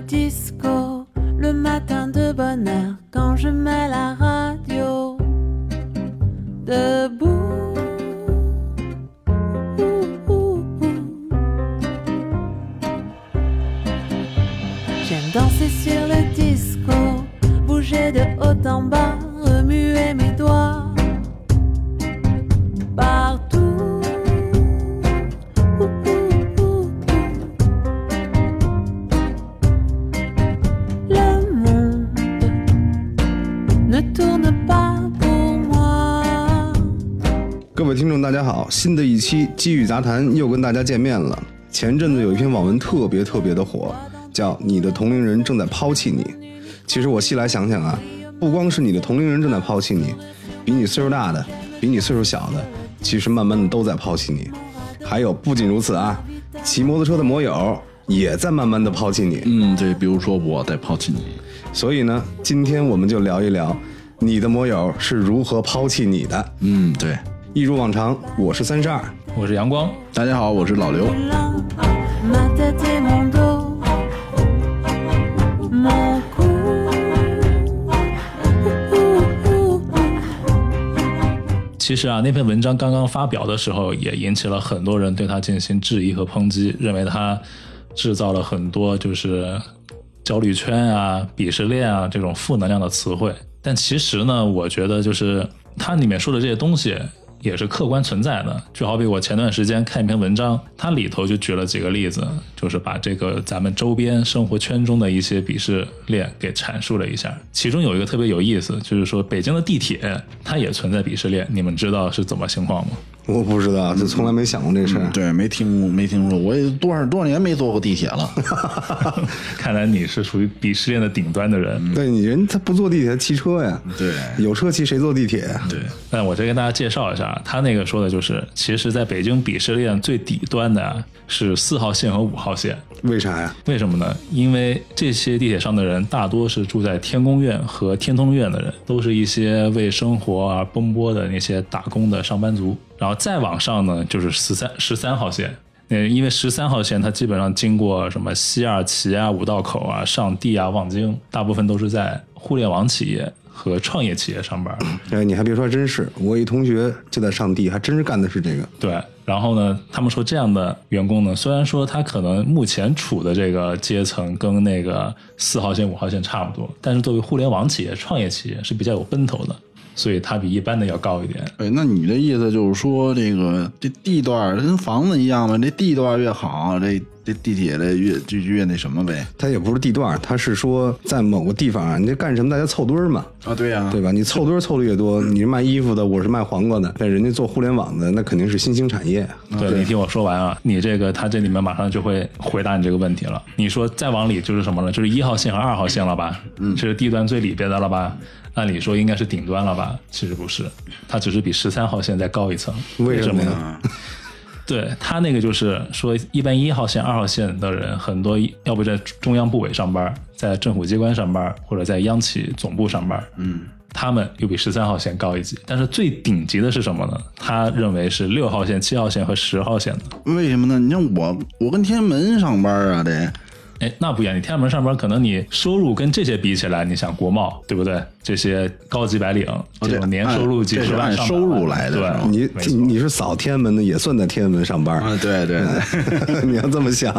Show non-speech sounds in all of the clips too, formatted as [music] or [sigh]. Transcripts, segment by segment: disco, le matin de bonne heure, quand je mets la radio debout. J'aime danser sur le disco, bouger de haut en bas, remuer mes doigts partout. Le monde ne tourne pas pour moi. 各位听众，大家好！新的一期《机遇杂谈》又跟大家见面了。前阵子有一篇网文特别特别的火，叫《你的同龄人正在抛弃你》。其实我细来想想啊，不光是你的同龄人正在抛弃你，比你岁数大的，比你岁数小的，其实慢慢的都在抛弃你。还有不仅如此啊，骑摩托车的摩友也在慢慢的抛弃你。嗯，对，比如说我在抛弃你，所以呢，今天我们就聊一聊你的摩友是如何抛弃你的。嗯，对。一如往常，我是三十二。我是阳光，大家好，我是老刘。 Ma tête et mon dos, mon cou, 其实啊，那篇文章刚刚发表的时候，也引起了很多人对他进行质疑和抨击，认为他制造了很多就是焦虑圈啊、鄙视链啊这种负能量的词汇。但其实呢，我觉得就是它里面说的这些东西也是客观存在的。就好比我前段时间看一篇文章，它里头就举了几个例子，就是把这个咱们周边生活圈中的一些鄙视链给阐述了一下。其中有一个特别有意思，就是说北京的地铁它也存在鄙视链，你们知道是怎么情况吗？我不知道，就从来没想过这事儿。嗯对，没听过没听说，我也多少多少年没坐过地铁 [laughs] 了。看来你是属于鄙视链的顶端的人。对你人他不坐地铁，他骑车呀。嗯对有车骑谁坐地铁？对，那我再跟大家介绍一下，他那个说的就是，其实在北京鄙视链最底端的啊是四号线和五号线，为啥呀？为什么呢？因为这些地铁上的人大多是住在天宫院和天通苑的人，都是一些为生活而奔波的那些打工的上班族。然后再往上呢，就是十三十三号线。那因为十三号线它基本上经过什么西二旗啊、五道口啊、上地啊、望京，大部分都是在互联网企业和创业企业上班。哎，你还别说，还真是我一同学就在上地，还真是干的是这个。对，然后呢，他们说这样的员工呢，虽然说他可能目前处的这个阶层跟那个四号线、五号线差不多，但是作为互联网企业、创业企业是比较有奔头的，所以它比一般的要高一点。哎，那你的意思就是说，这个这地段儿跟房子一样嘛，这地段儿越好，这这地铁这越就越那什么呗？他也不是地段，他是说在某个地方啊，你这干什么？大家凑堆儿嘛，啊，对呀、对吧？你凑堆儿凑的越多，你是卖衣服的，我是卖黄瓜的，那人家做互联网的，那肯定是新兴产业。对你听我说完啊，你这个他这里面马上就会回答你这个问题了。你说再往里就是什么了？就是一号线和二号线了吧？嗯，这是地段最里边的了吧？按理说应该是顶端了吧？其实不是，它只是比十三号线再高一层。为什什么么呀呢？啊对他那个就是说，一般一号线、二号线的人很多，要不在中央部委上班，在政府机关上班，或者在央企总部上班。嗯，他们又比十三号线高一级。但是最顶级的是什么呢？他认为是六号线、七号线和十号线的。为什么呢？你像我，我跟天安门上班啊，得哎，那不一样。你天安门上班，可能你收入跟这些比起来，你想国贸对不对？这些高级白领，这种年收入几十万这是上哦按百万、收入来的是吧对，你没你错你是扫天安门的，也算在天安门上班啊，对对 [laughs] 对，你要这么想，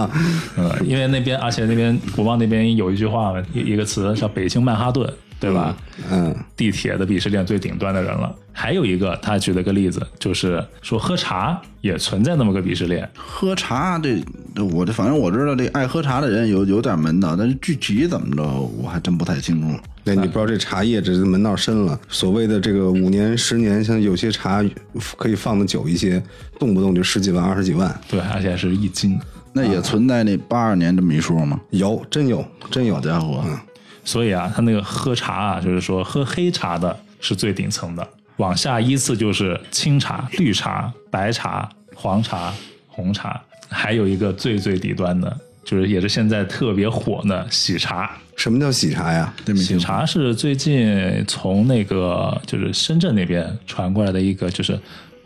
嗯呃，因为那边，而且那边国贸那边有一句话嘛，一一个词叫“北京曼哈顿”，对吧？嗯，地铁的鄙视链最顶端的人了。还有一个，他举了个例子，就是说喝茶也存在那么个鄙视链。喝茶这这我这反正我知道，这爱喝茶的人有有点门道，但是具体怎么着我还真不太清楚。对，你不知道这茶叶这门道深了。所谓的这个五年、十年，像有些茶可以放的久一些，动不动就十几万、二十几万，对，而且是一斤。那也存在那八二年这么一说吗？有真有真有嗯好家伙，所以啊，他那个喝茶啊，就是说喝黑茶的是最顶层的，往下依次就是清茶、绿茶、白茶、黄茶、红茶，还有一个最最底端的，就是也是现在特别火的喜茶。什么叫喜茶呀？这没喜听茶是最近从那个就是深圳那边传过来的一个，就是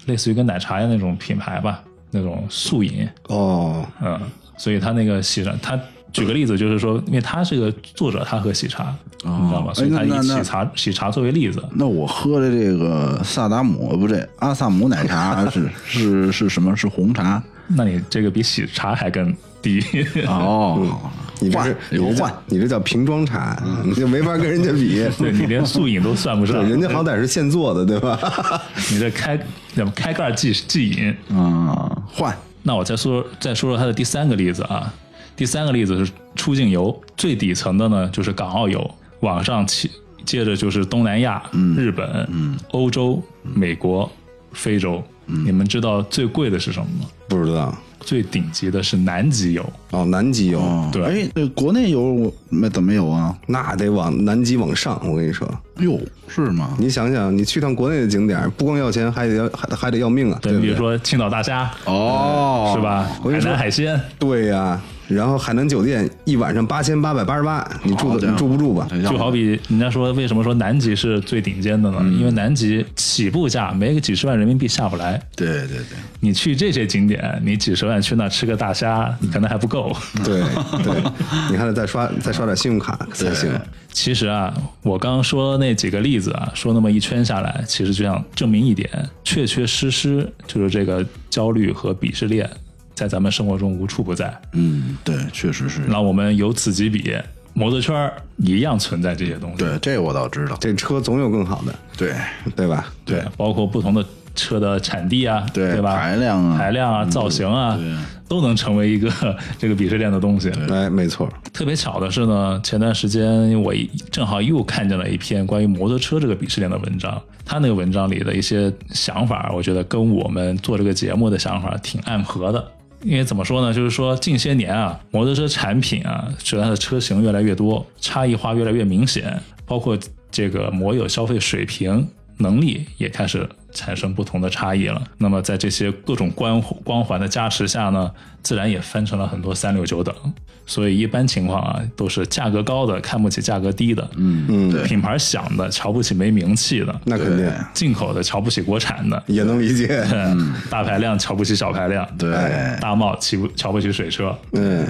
类似于跟奶茶一样那种品牌吧，那种速饮，哦，嗯，所以它那个喜茶，它举个例子，就是说，因为他是个作者，他喝喜茶，你知道吗？所以哎他那以那喜茶喜茶作为例子，那我喝的这个萨达姆不对，阿萨姆奶 [laughs] 茶是是是什么？是红茶？那你这个比喜茶还更低。 [laughs] 哦，你这换是你有这换嗯叫，你这叫瓶装茶，你这没法跟人家 [laughs] 比。对你连速饮都算不上，人家好歹是现做的，对吧？ [laughs] 你这开怎么开盖即即饮？嗯，换那我再说再说说它的第三个例子啊，第三个例子是出境游，最底层的呢就是港澳游，往上起接着就是东南亚、嗯日本、欧洲、美国、非洲。嗯你们知道最贵的是什么吗？不知道最顶级的是南极游，哦，南极有，哦，对哎，这国内有我没怎么有啊？那得往南极往上。我跟你说，哟，是吗？你想想，你去趟国内的景点，不光要钱，还得要还还得要命啊，对不比如对？说青岛大虾、哦，是？吧？我跟海你说南海鲜，对呀、然后海南酒店一晚上八千八百八十八，你住好的家伙你住不住吧？对就好比人家说为什么说南极是最顶尖的呢？嗯因为南极起步价没个几十万人民币下不来。对对对，你去这些景点，你几十万去那吃个大虾，嗯你可能还不够。对对， [laughs] 你还得再刷再刷点信用卡才行。其实啊，我刚刚说那几个例子啊，说那么一圈下来，其实就想证明一点：确确实实就是这个焦虑和鄙视链在咱们生活中无处不在。嗯，对，确实是。那我们由此及彼，摩托圈儿一样存在这些东西。对，这我倒知道。这车总有更好的，对，对吧？对，包括不同的车的产地啊，对吧？排量啊排量啊，造型啊，都能成为一个 [laughs] 这个鄙视链的东西。哎，没错，特别巧的是呢，前段时间我一正好又看见了一篇关于摩托车这个鄙视链的文章，他那个文章里的一些想法，我觉得跟我们做这个节目的想法挺暗合的。因为怎么说呢，就是说近些年啊，摩托车产品啊，随着它的车型越来越多，差异化越来越明显，包括这个摩友消费水平能力也开始产生不同的差异了。那么在这些各种光光环的加持下呢，自然也分成了很多三六九等。所以一般情况啊，都是价格高的看不起价格低的，嗯嗯，品牌响的瞧不起没名气的，那肯定进口的瞧不起国产的，也能理解。嗯，大排量瞧不起小排量，对，大贸瞧不瞧不起水车，嗯，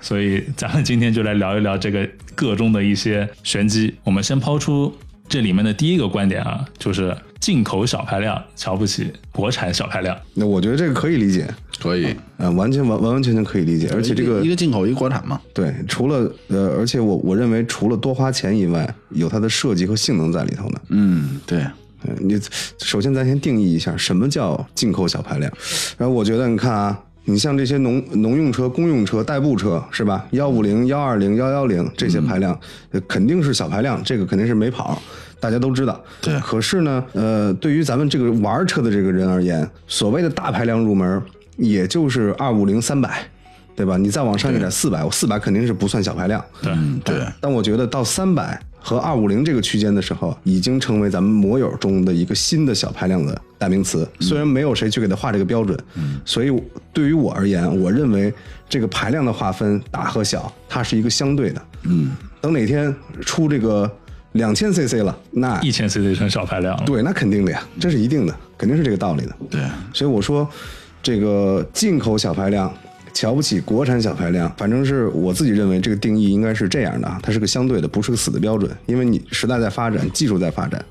所以咱们今天就来聊一聊这个个中的一些玄机。我们先抛出这里面的第一个观点啊，就是进口小排量瞧不起国产小排量。那我觉得这个可以理解，可以。嗯，完全完完完全全可以理解，而且这个一个进口，一个国产嘛。对，除了呃，而且我我认为除了多花钱以外，有它的设计和性能在里头呢。嗯，对，嗯，你首先咱先定义一下什么叫进口小排量。然后我觉得你看啊，你像这些农农用车、公用车、代步车是吧？幺五零、幺二零、幺幺零这些排量、呃肯定是小排量，这个肯定是没跑，大家都知道。对可是呢，呃，对于咱们这个玩车的这个人而言，所谓的大排量入门，也就是二五零、三百。对吧？你再往上一点，四百，我四百肯定是不算小排量。对，嗯，对，但我觉得到三百和二五零这个区间的时候，已经成为咱们摩友中的一个新的小排量的代名词。虽然没有谁去给它画这个标准，所以对于我而言，我认为这个排量的划分大和小，它是一个相对的。嗯，等哪天出这个两千 CC 了，那一千 cc 成小排量了。对，那肯定的呀，这是一定的，肯定是这个道理的。对，所以我说，这个进口小排量瞧不起国产小排量，反正是我自己认为这个定义应该是这样的啊，它是个相对的，不是个死的标准，因为你时代在发展，技术在发展。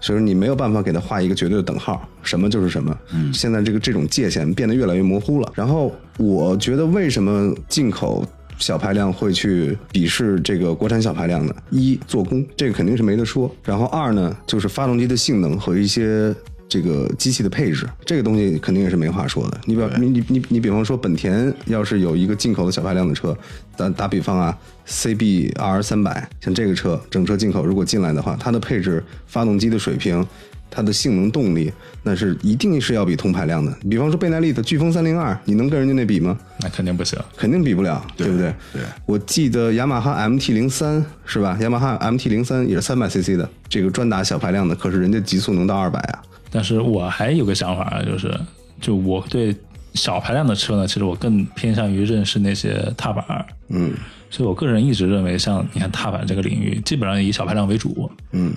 所以说你没有办法给它画一个绝对的等号，什么就是什么。嗯，现在这个这种界限变得越来越模糊了。然后我觉得为什么进口小排量会去鄙视这个国产小排量呢？一做工，这个肯定是没得说。然后二呢，就是发动机的性能和一些这个机器的配置，这个东西肯定也是没话说的。你比你你你你比方说本田要是有一个进口的小排量的车，打打比方啊，CB R 三百，像这个车整车进口如果进来的话，它的配置、发动机的水平。它的性能动力那是一定是要比同排量的，比方说倍耐力的飓风三零二，你能跟人家那比吗？那肯定不行。肯定比不了，对不对？对我记得雅马哈 MT 零三是吧？雅马哈 MT 零三也是三百 CC 的，这个专打小排量的，可是人家极速能到二百啊。但是我还有个想法啊，就是就我对小排量的车呢，其实我更偏向于认识那些踏板儿。嗯所以我个人一直认为，像你看踏板这个领域，基本上以小排量为主。嗯，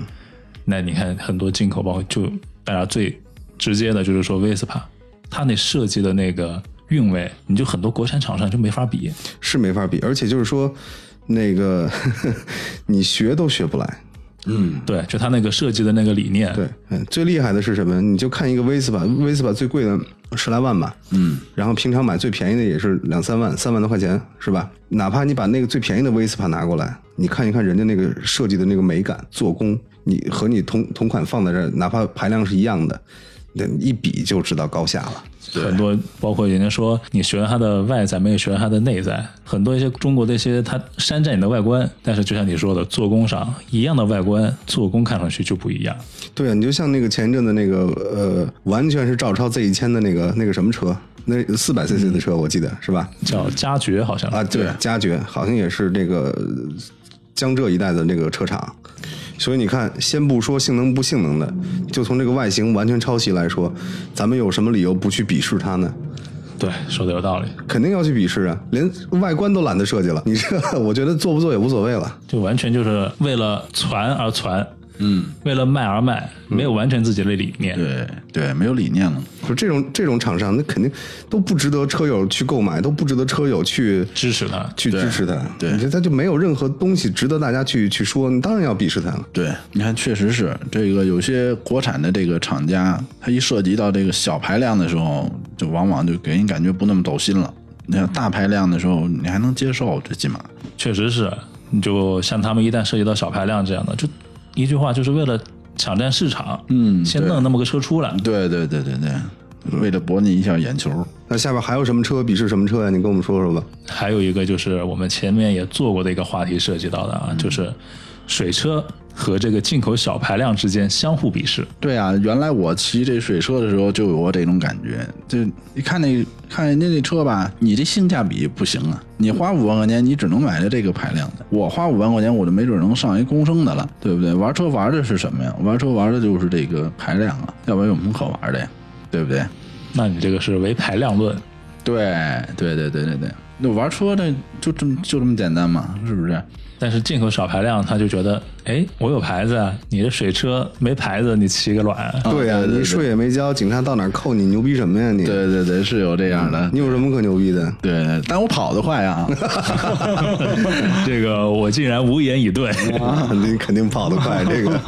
那你看很多进口，包括就大家最直接的就是说 Vespa，它那设计的那个韵味，你就很多国产厂商就没法比。是没法比，而且就是说，那个 [laughs] 你学都学不来。嗯对，就他那个设计的那个理念，对，嗯，最厉害的是什么？你就看一个 Vespa，Vespa 最贵的十来万吧，嗯，然后平常买最便宜的也是两三万，三万多块钱是吧？哪怕你把那个最便宜的 Vespa 拿过来，你看一看人家那个设计的那个美感、做工，你和你同同款放在这儿，哪怕排量是一样的，那一比就知道高下了。很多包括人家说你学了它的外在，没有学了它的内在。很多一些中国的一些，它山寨你的外观，但是就像你说的，做工上一样的外观，做工看上去就不一样。对啊，你就像那个前一阵的那个呃，完全是照抄 Z 一千的那个那个什么车，那四百 CC 的车，我记得是吧？叫佳爵好像啊，是，对，佳爵好像也是这个呃江浙一带的那个车厂，所以你看，先不说性能不性能的，就从这个外形完全抄袭来说，咱们有什么理由不去鄙视它呢？对，说的有道理，肯定要去鄙视啊，连外观都懒得设计了，你这我觉得做不做也无所谓了。就完全就是为了传而传，嗯，为了卖而卖，没有完全自己的理念。对对，没有理念了。就这种这种厂商，那肯定都不值得车友去购买，都不值得车友去支持它，去支持它。对你这他就没有任何东西值得大家去去说，你当然要鄙视它了。对，你看，确实是这个有些国产的这个厂家，它一涉及到这个小排量的时候，就往往就给人感觉不那么走心了。你看大排量的时候，你还能接受这起码。确实是，你就像他们一旦涉及到小排量这样的，就一句话就是为了抢占市场，嗯，先弄那么个车出来。对对对对对，为了博你一下眼球，那下边还有什么车鄙视什么车呀、你跟我们说说吧。还有一个就是我们前面也做过的一个话题涉及到的啊，就是水车和这个进口小排量之间相互鄙视。对啊，原来我骑这水车的时候就有过这种感觉，就一看那看人家这车吧，你这性价比不行啊，你花五万块钱你只能买到这个排量的，我花五万块钱我就没准能上一公升的了，对不对？玩车玩的是什么呀？玩车玩的就是这个排量啊，要不然有什么可玩的呀？对不对？那你这个是唯排量论，对对对对对对，那玩车的就这么就这么简单嘛，是不是？但是进口小排量他就觉得，哎，我有牌子啊，你这水车没牌子，你骑个卵。 [laughs] 对呀、啊对对对你税也没交，警察到哪儿扣你，牛逼什么呀你？对对对，是有这样的。你有什么可牛逼的？对，但我跑得快 [laughs] 啊！这个我竟然无言以对。啊，你肯定跑得快，这 [laughs] 个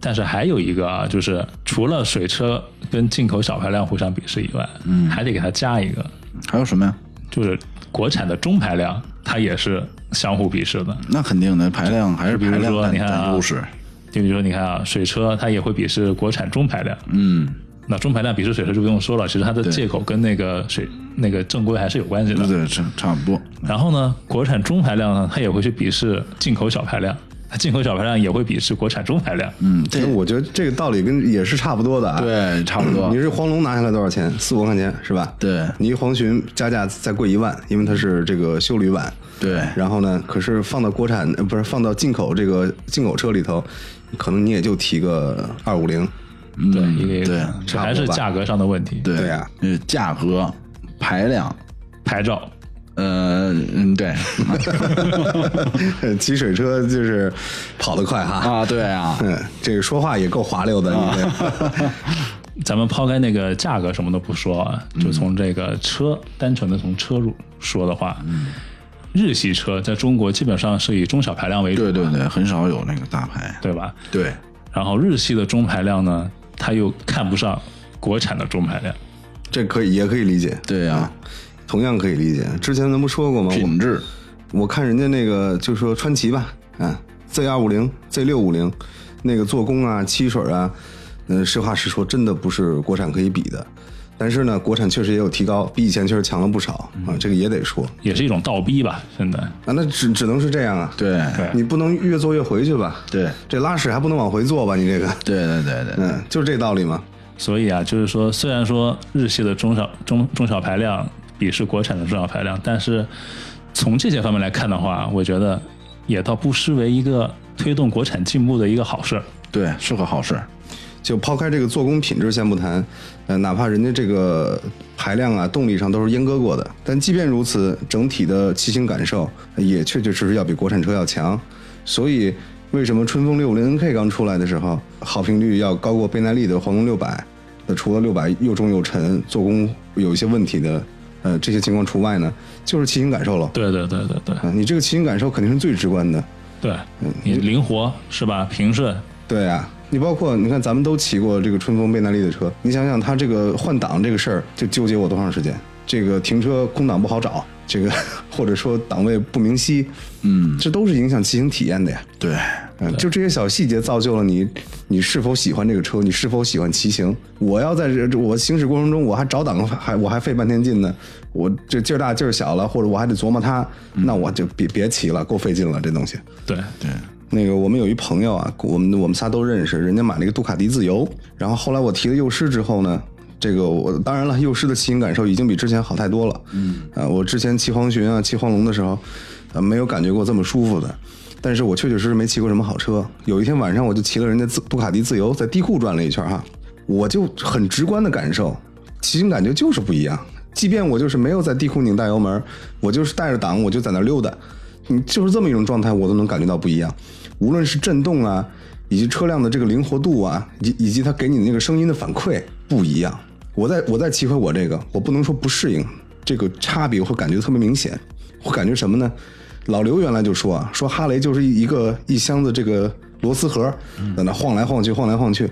但是还有一个啊，就是除了水车跟进口小排量互相鄙视以外，嗯，还得给它加一个，还有什么呀？就是国产的中排量，它也是相互鄙视的。那肯定的，排量还是比如排量说占你看啊占优势。就比如说，你看啊，水车它也会鄙视国产中排量，嗯，那中排量鄙视水车就不用说了，其实它的借口跟那个水那个正规还是有关系的对。对，差差不多。然后呢，国产中排量呢，它也会去鄙视进口小排量，它进口小排量也会鄙视国产中排量，嗯，其实我觉得这个道理跟也是差不多的啊。，对，差不多你。是黄龙拿下来多少钱？四五块钱是吧？对你一黄巡加价再贵一万，因为它是这个修旅版。对然后呢，可是放到国产呃不是放到进口这个进口车里头，可能你也就提个二五 [laughs] 零。对，一嗯对个这差还不多是吧价格上的问题，对对啊，呃价格、排量，牌照。呃，[laughs] 嗯，对骑水车就是跑得快哈。啊，对啊，嗯，这个说话也够滑溜的，你 [laughs] 这咱们抛开那个价格什么都不说啊，就从这个车，单纯的从车入说的话，日系车在中国基本上是以中小排量为主，对对对，很少有那个大牌。对吧？对，然后日系的中排量呢，它又看不上国产的中排量，这可以也可以理解。对啊嗯，同样可以理解。之前咱不说过吗？我品质，我看人家那个就说川崎吧，啊，Z 二五零、Z 六五零，那个做工啊、漆水啊，嗯、实话实说，真的不是国产可以比的。但是呢，国产确实也有提高，比以前确实强了不少啊，这个也得说也是一种倒逼吧，真的。啊，那只只能是这样啊，对对你不能越做越回去吧？对，这拉屎还不能往回坐吧？你这个，对对对对嗯，就是这道理嘛。所以啊，就是说，虽然说日系的中小中中小排量鄙视国产的中小排量，但是从这些方面来看的话，我觉得也倒不失为一个推动国产进步的一个好事儿。对，是个好事儿。就抛开这个做工品质先不谈，呃，哪怕人家这个排量啊、动力上都是阉割过的，但即便如此，整体的骑行感受也确确实实要比国产车要强。所以，为什么春风六五零 NK 刚出来的时候，好评率要高过倍耐力的黄龙六百？那除了六百又重又沉、做工有一些问题的呃这些情况除外呢，就是骑行感受了。对对对对对啊，你这个骑行感受肯定是最直观的。对，你灵活是吧？平顺，对啊，你包括你看，咱们都骑过这个春风倍耐力的车，你想想它这个换挡这个事儿，就纠结我多长时间？这个停车空档不好找，这个 [laughs] 或者说档位不明晰，嗯，这都是影响骑行体验的呀。对，嗯，就这些小细节造就了你，你是否喜欢这个车，你是否喜欢骑行？我要在这我行驶过程中，我还找档，还我还费半天劲呢，我这劲儿大劲儿小了，或者我还得琢磨它，那我就别别骑了，够费劲了，这东西。对对，那个我们有一朋友啊，我们我们仨都认识，人家买了一个杜卡迪自由，然后后来我提了幼师之后呢，这个我当然了，幼师的骑行感受已经比之前好太多了。嗯，啊，我之前骑黄巡啊、骑黄龙的时候，呃，没有感觉过这么舒服的。但是我确确实实没骑过什么好车。有一天晚上，我就骑了人家自杜卡迪自由，在地库转了一圈哈，我就很直观的感受，骑行感觉就是不一样。即便我就是没有在地库拧大油门，我就是带着档，我就在那儿溜达，你就是这么一种状态，我都能感觉到不一样。无论是震动啊，以及车辆的这个灵活度啊，以及以及它给你的那个声音的反馈不一样。我再我再骑回我这个，我不能说不适应，这个差别会感觉特别明显。我感觉什么呢？老刘原来就说啊，说哈雷就是一个一箱子这个螺丝盒，在那晃来晃去，晃来晃去。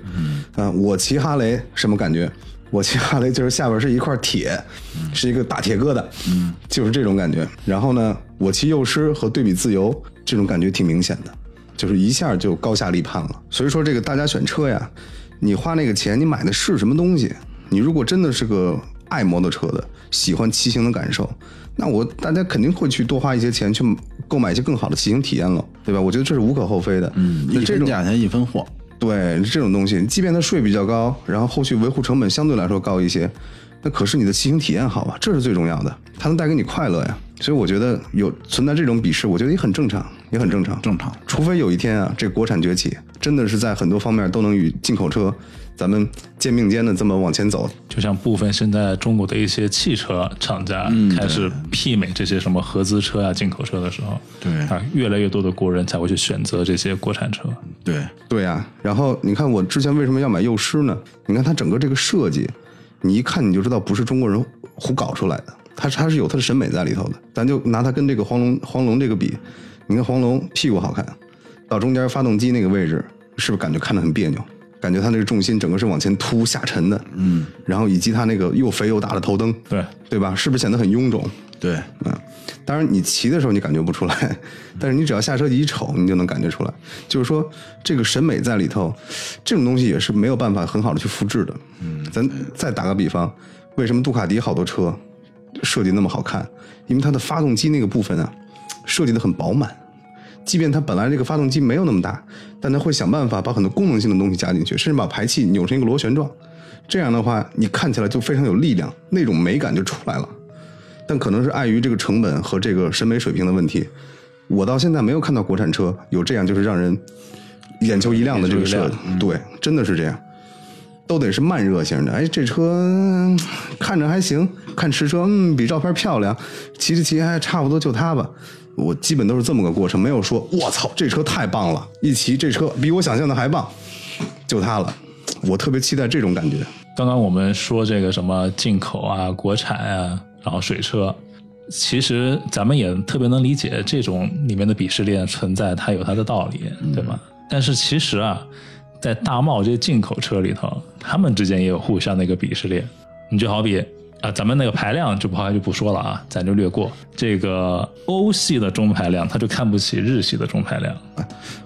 嗯、我骑哈雷什么感觉？我骑哈雷就是下边是一块铁，是一个大铁疙瘩，嗯，就是这种感觉。然后呢，我骑幼师和对比自由这种感觉挺明显的，就是一下就高下立判了。所以说这个大家选车呀，你花那个钱，你买的是什么东西？你如果真的是个爱摩托车的，喜欢骑行的感受，那我大家肯定会去多花一些钱去购买一些更好的骑行体验了，对吧？我觉得这是无可厚非的。嗯那一这分种价钱一分货，对这种东西，即便它税比较高，然后后续维护成本相对来说高一些，那可是你的骑行体验好啊，这是最重要的，它能带给你快乐呀。所以我觉得有存在这种鄙视，我觉得也很正常，也很正常。正常。除非有一天啊，这国产崛起，真的是在很多方面都能与进口车咱们肩并肩的这么往前走，就像部分现在中国的一些汽车厂家开始媲美这些什么合资车啊、进口车的时候，对啊，越来越多的国人才会去选择这些国产车。对，对呀、然后你看我之前为什么要买幼师呢？你看它整个这个设计，你一看你就知道不是中国人胡搞出来的，它它是有它的审美在里头的。咱就拿它跟这个黄龙黄龙这个比，你看黄龙屁股好看，到中间发动机那个位置，是不是感觉看着很别扭？感觉它那个重心整个是往前突下沉的，嗯，然后以及它那个又肥又大的头灯，对，对吧？是不是显得很臃肿？对，嗯，当然你骑的时候你感觉不出来，但是你只要下车一瞅，你就能感觉出来。就是说，这个审美在里头，这种东西也是没有办法很好的去复制的。嗯，咱再打个比方，为什么杜卡迪好多车设计那么好看？因为它的发动机那个部分啊，设计的很饱满。即便它本来这个发动机没有那么大，但它会想办法把很多功能性的东西加进去，甚至把排气扭成一个螺旋状。这样的话，你看起来就非常有力量，那种美感就出来了。但可能是碍于这个成本和这个审美水平的问题，我到现在没有看到国产车有这样就是让人眼球一亮的这个设计。对，真的是这样，都得是慢热型的。哎，这车嗯看着还行，看实车，嗯，比照片漂亮，骑着骑还差不多就它吧。我基本都是这么个过程，没有说我操这车太棒了，一骑这车比我想象的还棒，就它了。我特别期待这种感觉。刚刚我们说这个什么进口啊、国产啊，然后水车，其实咱们也特别能理解这种里面的鄙视链存在，它有它的道理，对吧？但是其实啊，在大贸这些进口车里头，他们之间也有互相的一个鄙视链。你就好比啊，咱们那个排量就不好就不说了啊，咱就略过。这个欧系的中排量，他就看不起日系的中排量。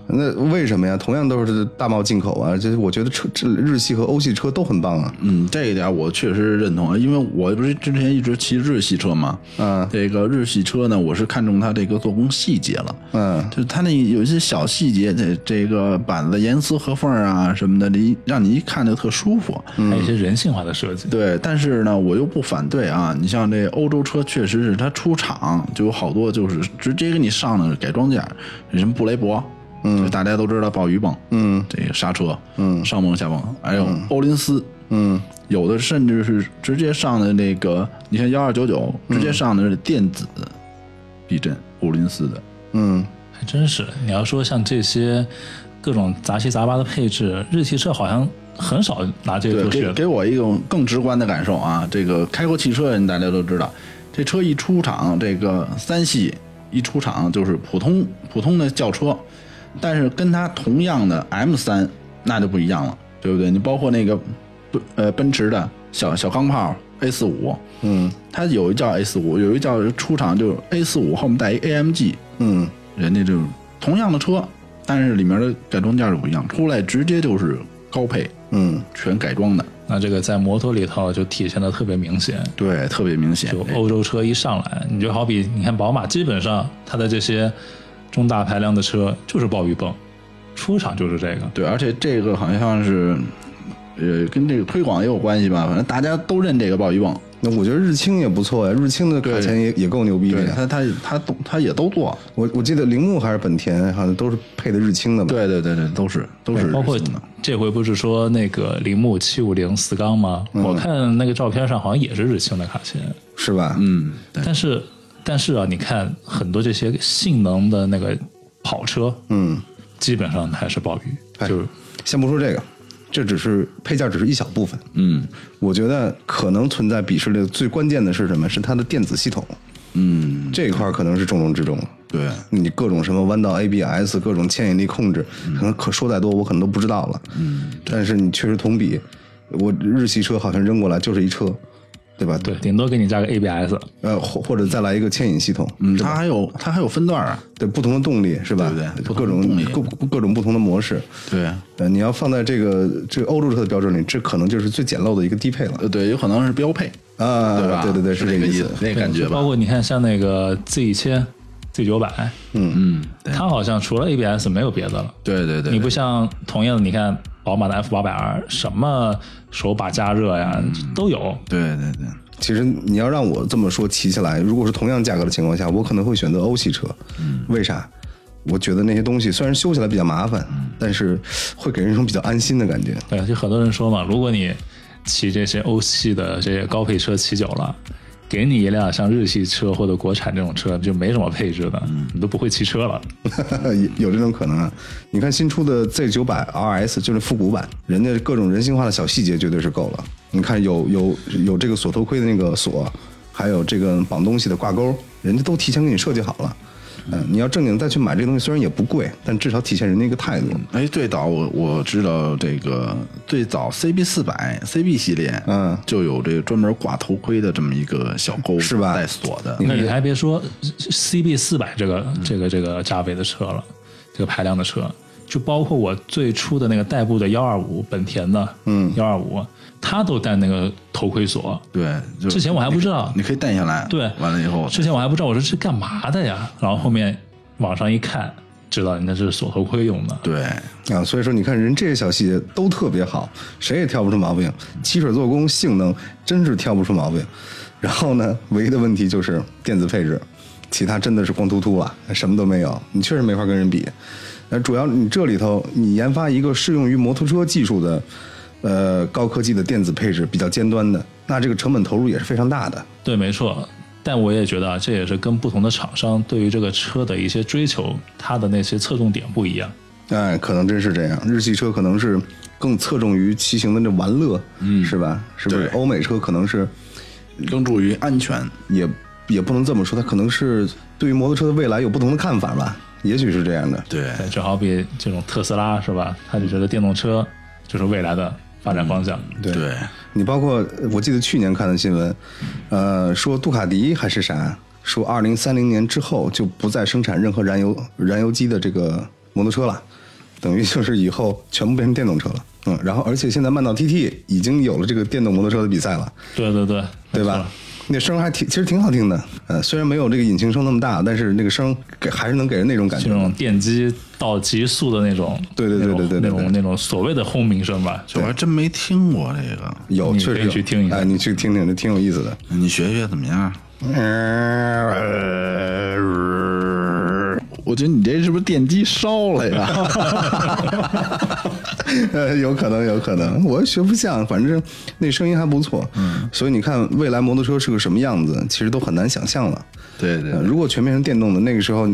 那为什么呀？同样都是大贸进口啊，这我觉得车这日系和欧系车都很棒啊。嗯，这一点我确实认同，啊因为我不是之前一直骑日系车嘛，嗯这个日系车呢，我是看中它这个做工细节了，嗯，就是它那有一些小细节，这这个板子严丝合缝啊什么的，你让你一看就特舒服。还有一些人性化的设计。对，但是呢，我又不反对啊。你像这欧洲车，确实是它出厂就有好多就是直接给你上的改装件儿，什么布雷博，嗯，大家都知道鲍鱼泵，嗯，这个刹车，嗯，上泵下泵，还有欧林斯，嗯，有的甚至是直接上的那个，你看幺二九九嗯直接上的是电子避震，欧林斯的，嗯，还真是，你要说像这些各种杂七杂八的配置，日系车好像很少拿这对，个做给噱给头。我一种更直观的感受啊！这个开过汽车的人大家都知道，这车一出厂，这个三系一出厂就是普通普通的轿车，但是跟它同样的 M 三那就不一样了，对不对？你包括那个奔呃奔驰的小小钢炮 A 四五，嗯它有一叫 A 四五，有一叫出厂就是 A 四五后面带一 AMG，嗯，人家就同样的车，但是里面的改装件就不一样，出来直接就是高配嗯，全改装的。那这个在摩托里头就体现的特别明显，对，特别明显。哎就欧洲车一上来，你就好比你看宝马，基本上它的这些中大排量的车就是鲍鱼泵，出厂就是这个。对，而且这个好像是，呃，跟这个推广也有关系吧。反正大家都认这个鲍鱼泵，那我觉得日清也不错呀，日清的卡钳也也够牛逼的对呀。他他他都他也都做，我我记得铃木还是本田，好像都是配的日清的嘛。对对对对，都是都是包括日清的这回不是说那个铃木七五零四缸吗？嗯我看那个照片上好像也是日清的卡钳，是吧？嗯，对但是但是啊，你看很多这些性能的那个跑车，嗯，基本上还是鲍鱼，哎就先不说这个，这只是配件，只是一小部分。嗯我觉得可能存在鄙视链最关键的是什么？是它的电子系统嗯，这一块儿可能是重中之重了。对，你各种什么弯道 ABS，各种牵引力控制，嗯可能可说再多，我可能都不知道了。嗯，但是你确实同比，我日系车好像扔过来就是一车，对吧？对，，顶多给你加个 ABS，呃，或或者再来一个牵引系统，嗯，它还有它还有分段啊，对不同的动力是吧？对不对各不同种的各动各各种不同的模式。对，呃，你要放在这个这个欧洲车的标准里，这可能就是最简陋的一个低配了呃，对，有可能是标配，啊！呃对吧？对对对，是这个意思，那个感觉吧包。括你看像那个 Z 一千、Z 九百，嗯，对它好像除了 ABS 没有别的了。对对对，你不像同样的，你看宝马的 F 八百 R，什么手把加热呀嗯都有，对对对，其实你要让我这么说骑起来，如果是同样价格的情况下，我可能会选择欧系车。为啥？我觉得那些东西虽然修起来比较麻烦，但是会给人一种比较安心的感觉。对，就很多人说嘛，如果你骑这些欧系的这些高配车骑久了，给你一辆像日系车或者国产这种车，就没什么配置的，嗯你都不会骑车了。有有这种可能啊！你看新出的 Z 九百 RS 就是复古版，人家各种人性化的小细节绝对是够了。你看有有有这个锁头盔的那个锁，还有这个绑东西的挂钩，人家都提前给你设计好了。嗯、你要正经再去买这东西，虽然也不贵，但至少体现人的一个态度。哎，最早我我知道这个最早 CB 四百 CB 系列，嗯就有这个专门挂头盔的这么一个小钩，是吧带锁的，你还别说 CB 四百这个这个这个价位的车了，这个排量的车，就包括我最初的那个代步的幺二五本田的，嗯，幺二五，它都带那个头盔锁。对，就之前我还不知道你可以带下来，对完了以后，之前我还不知道我说这干嘛的呀，然后后面网上一看，知道人家是锁头盔用的。对，啊，所以说你看人这些小细节都特别好，谁也挑不出毛病。起水做工、性能真是挑不出毛病。然后呢，唯一的问题就是电子配置，其他真的是光秃秃啊，什么都没有，你确实没法跟人比。那主要你这里头，你研发一个适用于摩托车技术的，呃，高科技的电子配置比较尖端的，那这个成本投入也是非常大的。对，没错。但我也觉得啊，这也是跟不同的厂商对于这个车的一些追求，它的那些侧重点不一样。哎，可能真是这样。日系车可能是更侧重于骑行的这玩乐，嗯，是吧？是不是对？欧美车可能是。更注于安全，也也不能这么说，他可能是对于摩托车的未来有不同的看法吧，也许是这样的。对对，就好比这种特斯拉是吧？他就觉得电动车就是未来的发展方向。对对，你包括呃我记得去年看的新闻，呃，说杜卡迪还是啥，说二零三零年之后就不再生产任何燃油燃油机的这个摩托车了，等于就是以后全部变成电动车了。嗯，然后而且现在曼岛 TT 已经有了这个电动摩托车的比赛了。对对对，对没吧错？？那声儿还挺，其实挺好听的。呃，虽然没有这个引擎声那么大，但是那个声儿给还是能给人那种感觉这。种电机到极速的那种，对对对那种对对对对那种那种所谓的轰鸣声吧，这我还真没听过这个，有，你确可实以有去听一下哎，你去听听，这挺有意思的。 [laughs] 你学学怎么样？呃 [laughs] 我觉得你这是不是电机烧了呀？呃，有可能，有可能，我学不像，反正那声音还不错。嗯，所以你看未来摩托车是个什么样子，其实都很难想象了。对对呃如果全变成电动的，那个时候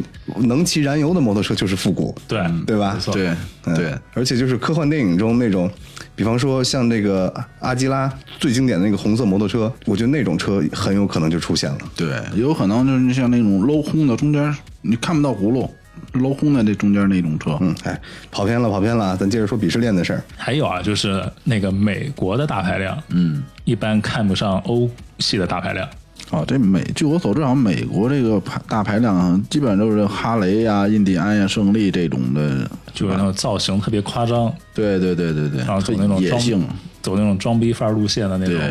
能骑燃油的摩托车就是复古，对对吧？没错对嗯对，而且就是科幻电影中那种，比方说像那个阿基拉最经典的那个红色摩托车，我觉得那种车很有可能就出现了。对，有可能就是像那种镂空的中间，你看不到轱辘，镂空的这中间那种车，嗯，哎，跑偏了，跑偏了啊，咱接着说鄙视链的事儿。还有啊，就是那个美国的大排量，嗯，一般看不上欧系的大排量。哦，这美，据我所知，好像美国这个排大排量啊基本上都是哈雷呀、印第安呀、胜利这种的，就是那种造型特别夸张，对对对对对，然后走啊那种野装性，走那种装逼范儿路线的那对种，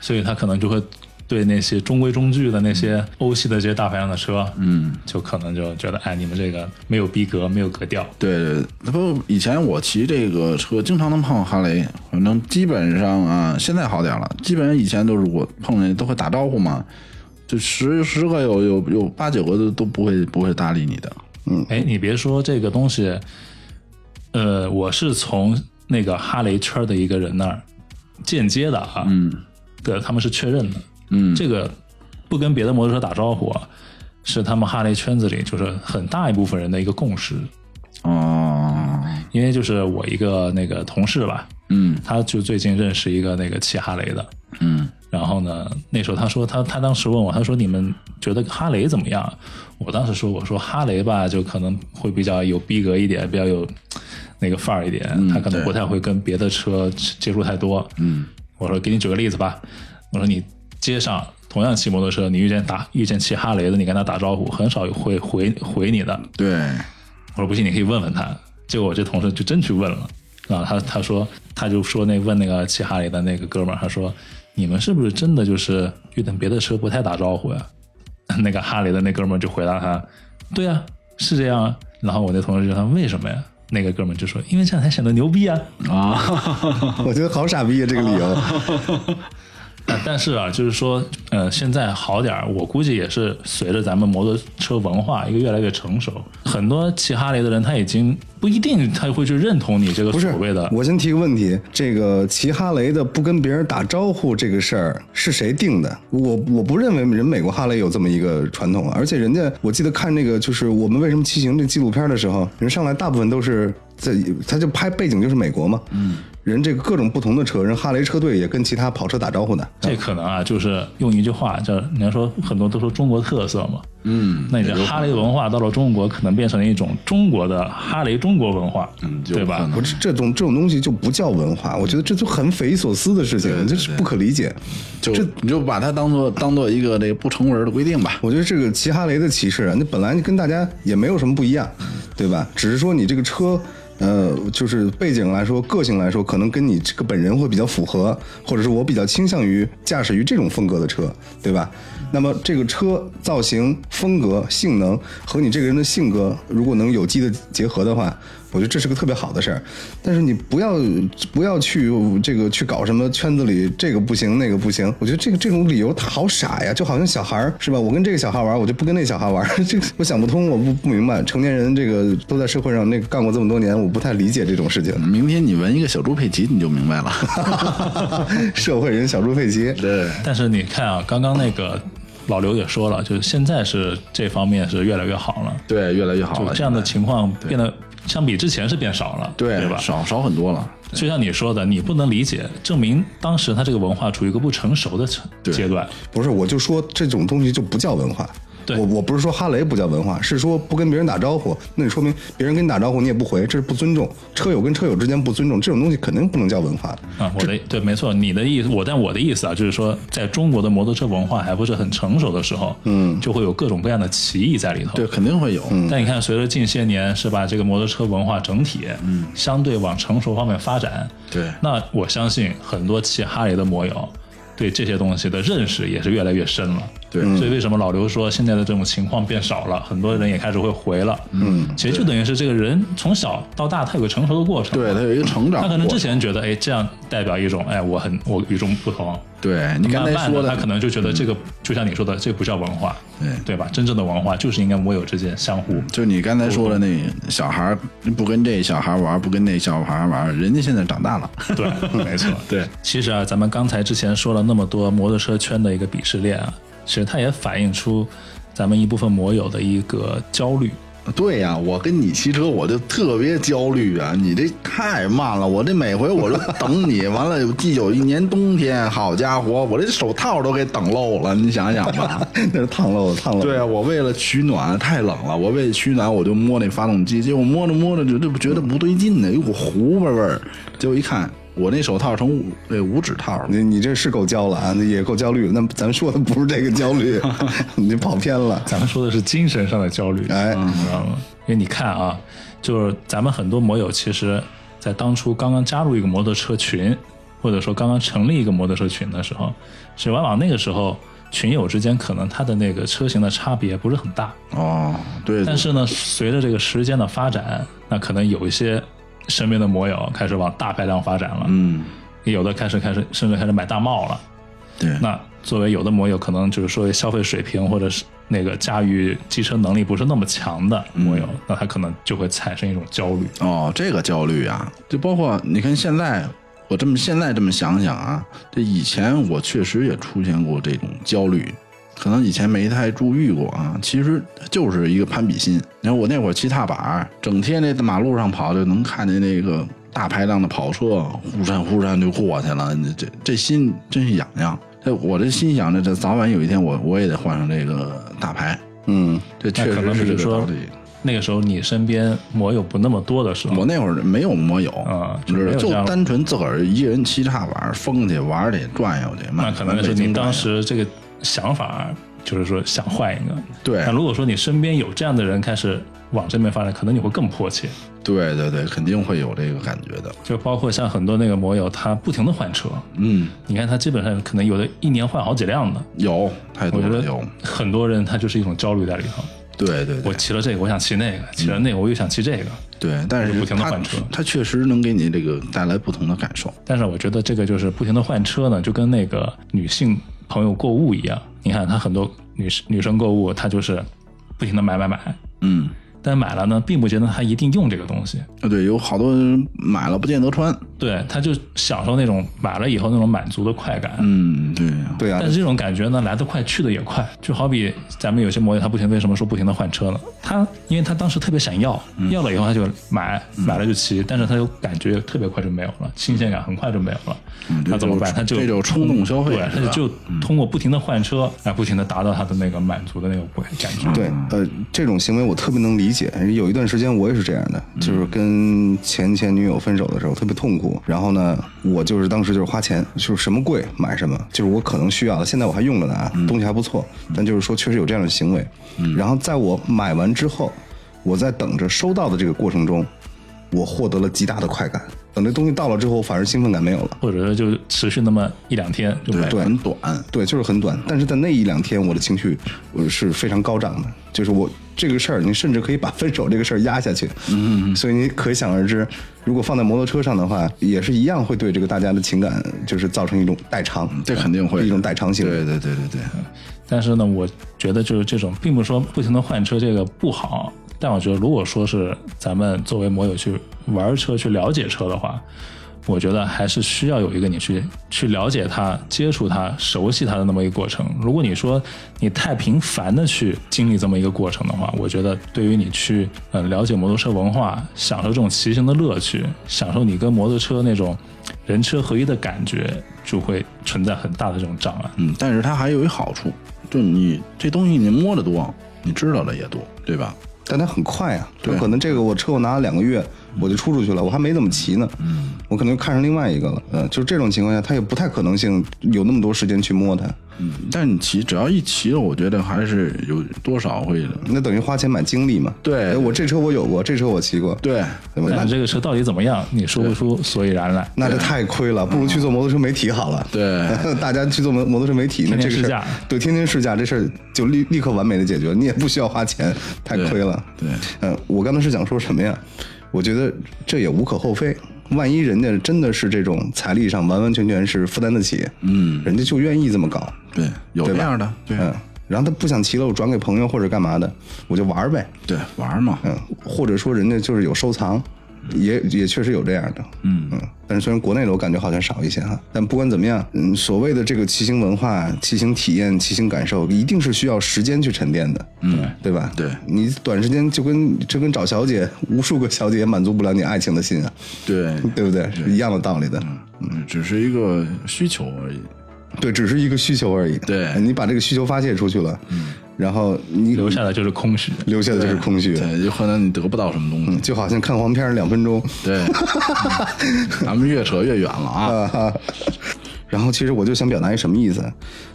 所以他可能就会对那些中规中矩的那些欧系的这些大排量的车，嗯，就可能就觉得哎，你们这个没有逼格，没有格调，对对，那不以前我骑这个车经常能碰上哈雷，反正基本上啊，现在好点了，基本上以前都是我碰见都会打招呼嘛，就十十个有有有八九个都都不会不会搭理你的，哎，你别说这个东西，呃，我是从那个哈雷圈的一个人那儿间接的啊，嗯，对，他们是确认的，嗯，这个不跟别的摩托车打招呼啊，是他们哈雷圈子里就是很大一部分人的一个共识，哦，因为就是我一个那个同事吧，嗯他就最近认识一个那个骑哈雷的，嗯，然后呢，那时候他说他他当时问我，他说你们觉得哈雷怎么样？我当时说我说哈雷吧，就可能会比较有逼格一点，比较有那个范儿一点，嗯他可能不太会跟别的车接触太多。嗯，我说给你举个例子嗯吧，我说你街上同样骑摩托车，你遇见打遇见骑哈雷的，你跟他打招呼，很少会回回你的。对，我说不信你可以问问他。结果我这同事就真去问了，啊，他他说他就说那问那个骑哈雷的那个哥们儿，他说你们是不是真的就是遇见别的车不太打招呼呀？ [laughs] 那个哈雷的那哥们儿就回答他，对啊，是这样啊。然后我那同事就问为什么呀？那个哥们儿就说因为这样才显得牛逼啊。[laughs] [coughs] 我觉得好傻逼啊，这个理由。啊但是啊，就是说，呃，现在好点儿，我估计也是随着咱们摩托车文化一个越来越成熟，很多骑哈雷的人他已经不一定他会去认同你这个不是所谓的我先提个问题：这个骑哈雷的不跟别人打招呼这个事儿是谁定的？我我不认为人美国哈雷有这么一个传统啊，而且人家我记得看那个就是我们为什么骑行这纪录片的时候，人上来大部分都是在他就拍背景就是美国嘛，嗯，人这个各种不同的车，人哈雷车队也跟其他跑车打招呼的，嗯这可能啊，就是用一句话叫人家说，很多都说中国特色嘛。嗯，那你的哈雷文化到了中国，可能变成了一种中国的哈雷中国文化，嗯有对可吧能？我这这种这种东西就不叫文化，我觉得这就很匪夷所思的事情，这是不可理解。就你就把它当做当做一个这个不成文的规定吧。我觉得这个骑哈雷的骑士啊，那本来跟大家也没有什么不一样，对吧？只是说你这个车，呃，就是背景来说、个性来说，可能跟你这个本人会比较符合，或者是我比较倾向于驾驶于这种风格的车，对吧？那么这个车造型、风格、性能和你这个人的性格，如果能有机的结合的话，我觉得这是个特别好的事儿。但是你不要不要去这个去搞什么圈子里这个不行那个不行，我觉得这个这种理由他好傻呀，就好像小孩儿是吧？我跟这个小孩玩，我就不跟那小孩玩， [laughs] 这个我想不通，我不不明白。成年人这个都在社会上那个干过这么多年，我不太理解这种事情。 [laughs] 明天你纹一个小猪佩奇，你就明白了。 [laughs] 社会人小猪佩奇，对，但是你看啊，刚刚那个老刘也说了，就是现在是这方面是越来越好了，对，越来越好就了。这样的现在情况变得相比之前是变少了，对对吧？少少很多了。就像你说的，你不能理解，证明当时他这个文化处于一个不成熟的阶段。不是，我就说这种东西就不叫文化。对我我不是说哈雷不叫文化，是说不跟别人打招呼，那你说明别人跟你打招呼你也不回，这是不尊重。车友跟车友之间不尊重，这种东西肯定不能叫文化的。啊，我的对，没错，你的意思，我但我的意思啊，就是说，在中国的摩托车文化还不是很成熟的时候，嗯，就会有各种各样的歧义在里头。对，，肯定会有。但你看，随着近些年是吧，这个摩托车文化整体，嗯，相对往成熟方面发展，对那我相信很多骑哈雷的摩友对这些东西的认识也是越来越深了。对所以为什么老刘说现在的这种情况变少了，很多人也开始会回了，嗯，其实就等于是这个人从小到大他有个成熟的过程，对他有一个成长过他程，可能之前觉得哎这样代表一种哎我很我与众不同，对你刚才慢慢说的，他可能就觉得这个、就像你说的，这不叫文化，对对嗯吧？真正的文化就是应该我有之间相互。就你刚才说的那小孩儿不跟这小孩儿玩儿，不跟那小孩儿玩儿，人家现在长大了，对， [laughs] 没错。对，其实啊，咱们刚才之前说了那么多摩托车圈的一个鄙视链啊，其实它也反映出咱们一部分摩友的一个焦虑。对呀、我跟你骑车我就特别焦虑啊！你这太慢了，我这每回我就等你，完了记有一年冬天，好家伙，我这手套都给等漏了，你想想吧。那是 [laughs] 烫漏了，烫漏了。对啊，我为了取暖太冷了，我为了取暖我就摸那发动机，结果摸着摸着就就觉得不对劲呢，有股糊巴味儿，结果一看我那手套成五呃五指套了。你你这是够焦了啊，也够焦虑。那咱说的不是这个焦虑，你这跑偏了。咱们说的是精神上的焦 [laughs] 虑，哎你知道吗？因为你看啊，就是咱们很多摩友，其实在当初刚刚加入一个摩托车群，或者说刚刚成立一个摩托车群的时候，是往往那个时候群友之间可能它的那个车型的差别不是很大，哦，对，但是呢，随着这个时间的发展，那可能有一些身边的摩友开始往大排量发展了，嗯，也有的开始开始甚至开始买大帽了。对，那作为有的摩友，可能就是说消费水平或者是那个驾驭机车能力不是那么强的摩嗯友，那他可能就会产生一种焦虑。哦，这个焦虑啊，就包括你看现在，我这么现在这么想想啊，这以前我确实也出现过这种焦虑，可能以前没太注意过啊。其实就是一个攀比心。你看我那会儿骑踏板儿，整天那马路上跑，就能看见那个大排量的跑车忽闪忽闪就过去了，你这这心真是痒痒。这我这心想着，这早晚有一天我我也得换上这个大牌。嗯，这确那可实能是比这如个道说理。那个时候你身边摩友不那么多的时候我，那会儿没有摩友啊你知道，嗯就就没有这样单纯自个儿一人骑踏板儿疯去玩儿去转悠去。那慢可能是北京您转当悠时这个想法，就是说想换一个。对那如果说你身边有这样的人开始往这边发展，可能你会更迫切。对对对，肯定会有这个感觉的。就包括像很多那个摩友，他不停的换车，嗯，你看他基本上可能有的一年换好几辆的。有太多我觉了，得有。很多人他就是一种焦虑在里头。对对对我骑了这个，我想骑那个；骑了那个，我又想骑这个。对，但就是不停地它换车它确实能给你这个带来不同的感受。但是我觉得这个就是不停的换车呢，就跟那个女性朋友购物一样。你看，她很多女士女生购物，她就是不停的买买买，嗯，但买了呢，并不觉得她一定用这个东西。对，有好多人买了不见得穿。对，她就享受那种买了以后那种满足的快感。嗯，对呀对啊但，是这种感觉呢，来得快，去得也快。就好比咱们有些摩友，他不停为什么说不停的换车呢？他因为他当时特别想要，嗯要了以后他就买，买了就骑，但是他就感觉特别快就没有了，新鲜感很快就没有了。他怎么办？他嗯就嗯这就是冲动消费对，是吧嗯他就通过不停的换车来不停的达到他的那个满足的那个感觉。嗯对，呃，这种行为我特别能理解。有一段时间我也是这样的，就是跟前前女友分手的时候特别痛苦。然后呢，我就是当时就是花钱，就是什么贵买什么，就是我可能需要的，现在我还用着呢啊，东西还不错。但就是说确实有这样的行为。然后在我买完之后，我在等着收到的这个过程中，我获得了极大的快感。等这东西到了之后，反而兴奋感没有了。或者说就持续那么一两天就没了。对，哎很短。对，就是很短，但是在那一两天，我的情绪我是非常高涨的，就是我这个事儿，你甚至可以把分手这个事儿压下去。嗯所以你可想而知，如果放在摩托车上的话，也是一样会对这个大家的情感就是造成一种代偿，这肯定会的一种代偿行为。对对对对对，但是呢，我觉得就是这种，并不是说不停的换车这个不好，但我觉得如果说是咱们作为摩友去玩车、去了解车的话，我觉得还是需要有一个你去去了解它、接触它、熟悉它的那么一个过程。如果你说你太频繁的去经历这么一个过程的话，我觉得对于你去呃了解摩托车文化、享受这种骑行的乐趣、享受你跟摩托车那种人车合一的感觉，就会存在很大的这种障碍。嗯，但是它还有一好处，就你这东西你摸的多，你知道的也多，对吧？但它很快啊，对嗯有可能这个我车我拿了两个月，我就出出去了，我还没怎么骑呢，我可能就看上另外一个了，呃，就这种情况下，他也不太可能性有那么多时间去摸它，嗯但你骑只要一骑了，我觉得还是有多少会的。那等于花钱买精力嘛。对哎我这车我有过，这车我骑过，对，对吧？但那这个车到底怎么样，你说不出所以然来。那这太亏了，不如去做摩托车媒体好了。对， [laughs] 大家去做摩摩托车媒体，那天这天个事试儿驾对天天试驾这事儿就立立刻完美的解决，你也不需要花钱，太亏了。对嗯，我刚才是想说什么呀？我觉得这也无可厚非。万一人家真的是这种财力上完完全全是负担得起，嗯，人家就愿意这么搞，对，有对这吧样的，对嗯，然后他不想骑了，我转给朋友或者干嘛的，我就玩儿呗，对，玩儿嘛，嗯，或者说人家就是有收藏，也也确实有这样的，嗯嗯。但是虽然国内的我感觉好像少一些哈，但不管怎么样，嗯，所谓的这个骑行文化、骑行体验、骑行感受，一定是需要时间去沉淀的，嗯，对吧？对你短时间就跟就跟找小姐，无数个小姐也满足不了你爱情的心啊，对，对不对？是一样的道理的，嗯，只是一个需求而已。对，只是一个需求而已。对哎你把这个需求发泄出去了，然后你留下的就是空虚，留下的就是空虚，对，有可能你得不到什么东西。就好像看黄片儿两分钟，对，嗯咱们越扯越远了啊。然后其实我就想表达一什么意思？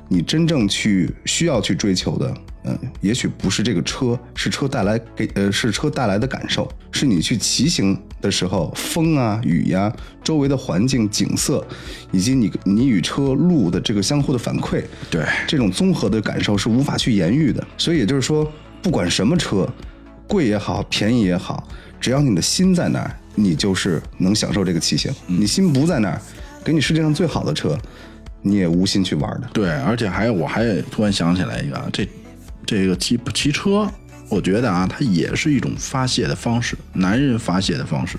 你真正去需要去追求的，嗯，也许不是这个车，是车带来给呃是车带来的感受，是你去骑行的时候，风啊、雨呀、周围的环境、景色，以及你你与车路的这个相互的反馈，对这种综合的感受是无法去言喻的。所以也就是说，不管什么车，贵也好，便宜也好，只要你的心在那儿，你就是能享受这个骑行。你心不在那儿，给你世界上最好的车，你也无心去玩的。对，而且还有，我还突然想起来一个，啊，这这个骑骑车，我觉得啊，它也是一种发泄的方式，男人发泄的方式，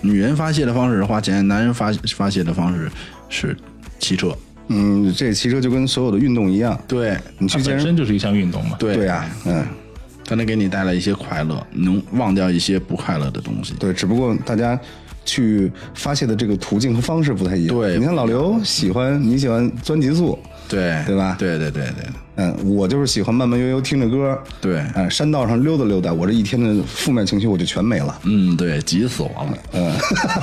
女人发泄的方式是花钱，男人发发泄的方式是骑车。嗯，这骑车就跟所有的运动一样，对你去它健本身，身就是一项运动嘛。对对呀、嗯，它能给你带来一些快乐，能忘掉一些不快乐的东西。对，只不过大家。去发泄的这个途径和方式不太一样。对你看老刘喜欢你喜欢钻极速，对对吧对对对对嗯，我就是喜欢慢慢悠悠听着歌，对嗯，山道上溜达溜达，我这一天的负面情绪我就全没了。嗯，对，急死我了。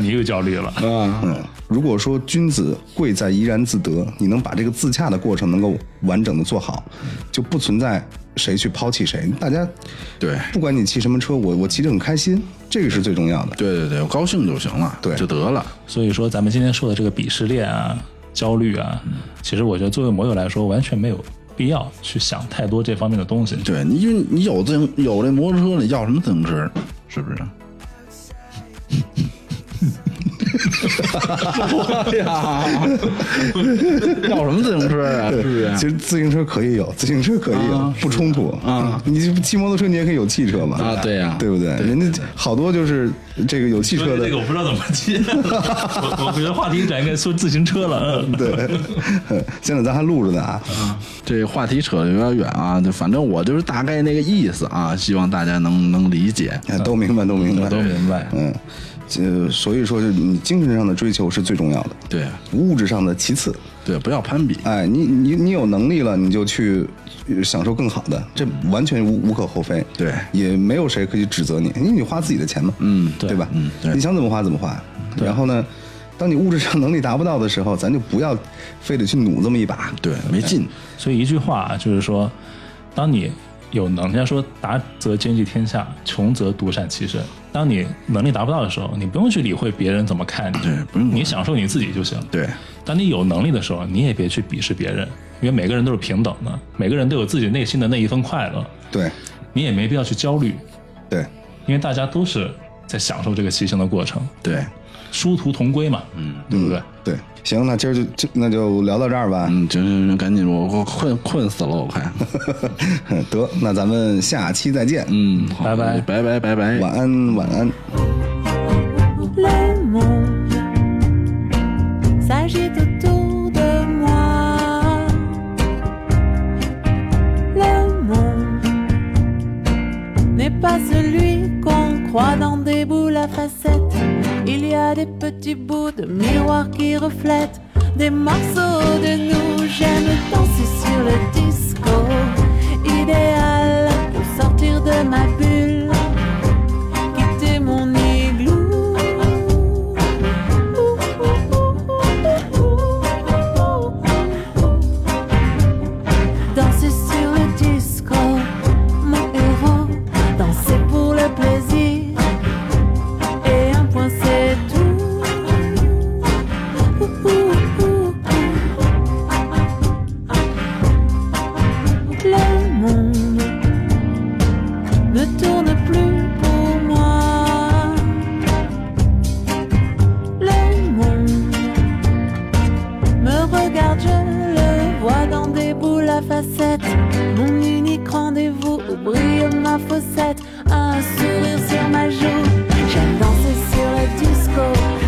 你又焦虑了。啊嗯，如果说君子贵在怡然自得，你能把这个自洽的过程能够完整的做好，就不存在谁去抛弃谁。大家对不管你骑什么车，我我骑着很开心，这个是最重要的。对对对，我高兴就行了，对就得了。所以说，咱们今天说的这个鄙视链啊、焦虑啊，其实我觉得作为摩友来说，完全没有必要去想太多这方面的东西。对你，因为你有自行有这摩托车了，你要什么自行车？是不是？ [laughs] 我呀，要什么自行车啊？是不是？其实自行车可以有，自行车可以有，不冲突啊。你骑摩托车你也可以有汽车嘛？啊对呀对不对？人家好多就是这个有汽车的这个我不知道怎么接，我我觉得话题转应该说自行车了。嗯，对， [laughs] [laughs] 现在咱还录着呢啊。这话题扯得有点远啊，就反正我就是大概那个意思啊，希望大家能能理解。 [laughs] 哎都明白，都明白， [laughs] 都明白嗯，这所以说，就是你精神上的追求是最重要的，对物质上的其次。对，不要攀比。哎，你你你有能力了，你就去呃享受更好的，这完全无无可厚非。对也没有谁可以指责你，因为你花自己的钱嘛，嗯，对对吧？嗯对你想怎么花怎么花。然后呢，当你物质上能力达不到的时候，咱就不要非得去努这么一把。对，没劲。所以一句话啊就是说，当你有能，人家说达则兼济天下，穷则独善其身。当你能力达不到的时候，你不用去理会别人怎么看你，对不用管你享受你自己就行。对当你有能力的时候，你也别去鄙视别人，因为每个人都是平等的，每个人都有自己内心的那一份快乐，对，你也没必要去焦虑，对，因为大家都是在享受这个骑行的过程，对，殊途同归嘛，嗯，对不对？对。行，那今儿就就那就聊到这儿吧。嗯，行行行，赶紧，我我困困死了，我快。嗯 [laughs] 得，那咱们下期再见。嗯，好拜拜拜拜拜拜。晚安，晚安。 Les mots s'agitent autour de moi. Le monde n'est pas celui qu'on croit dans des boules à facettes. Il y a des petits bouts de miroir qui reflètent des morceaux de nous. J'aime danser sur le disco, idéal pour sortir de ma bulle quitter mon regarde, je le vois dans des boules à facettes. Mon unique rendez-vous au brillant de ma fossette. Un sourire sur ma joue. J'aime danser sur le disco.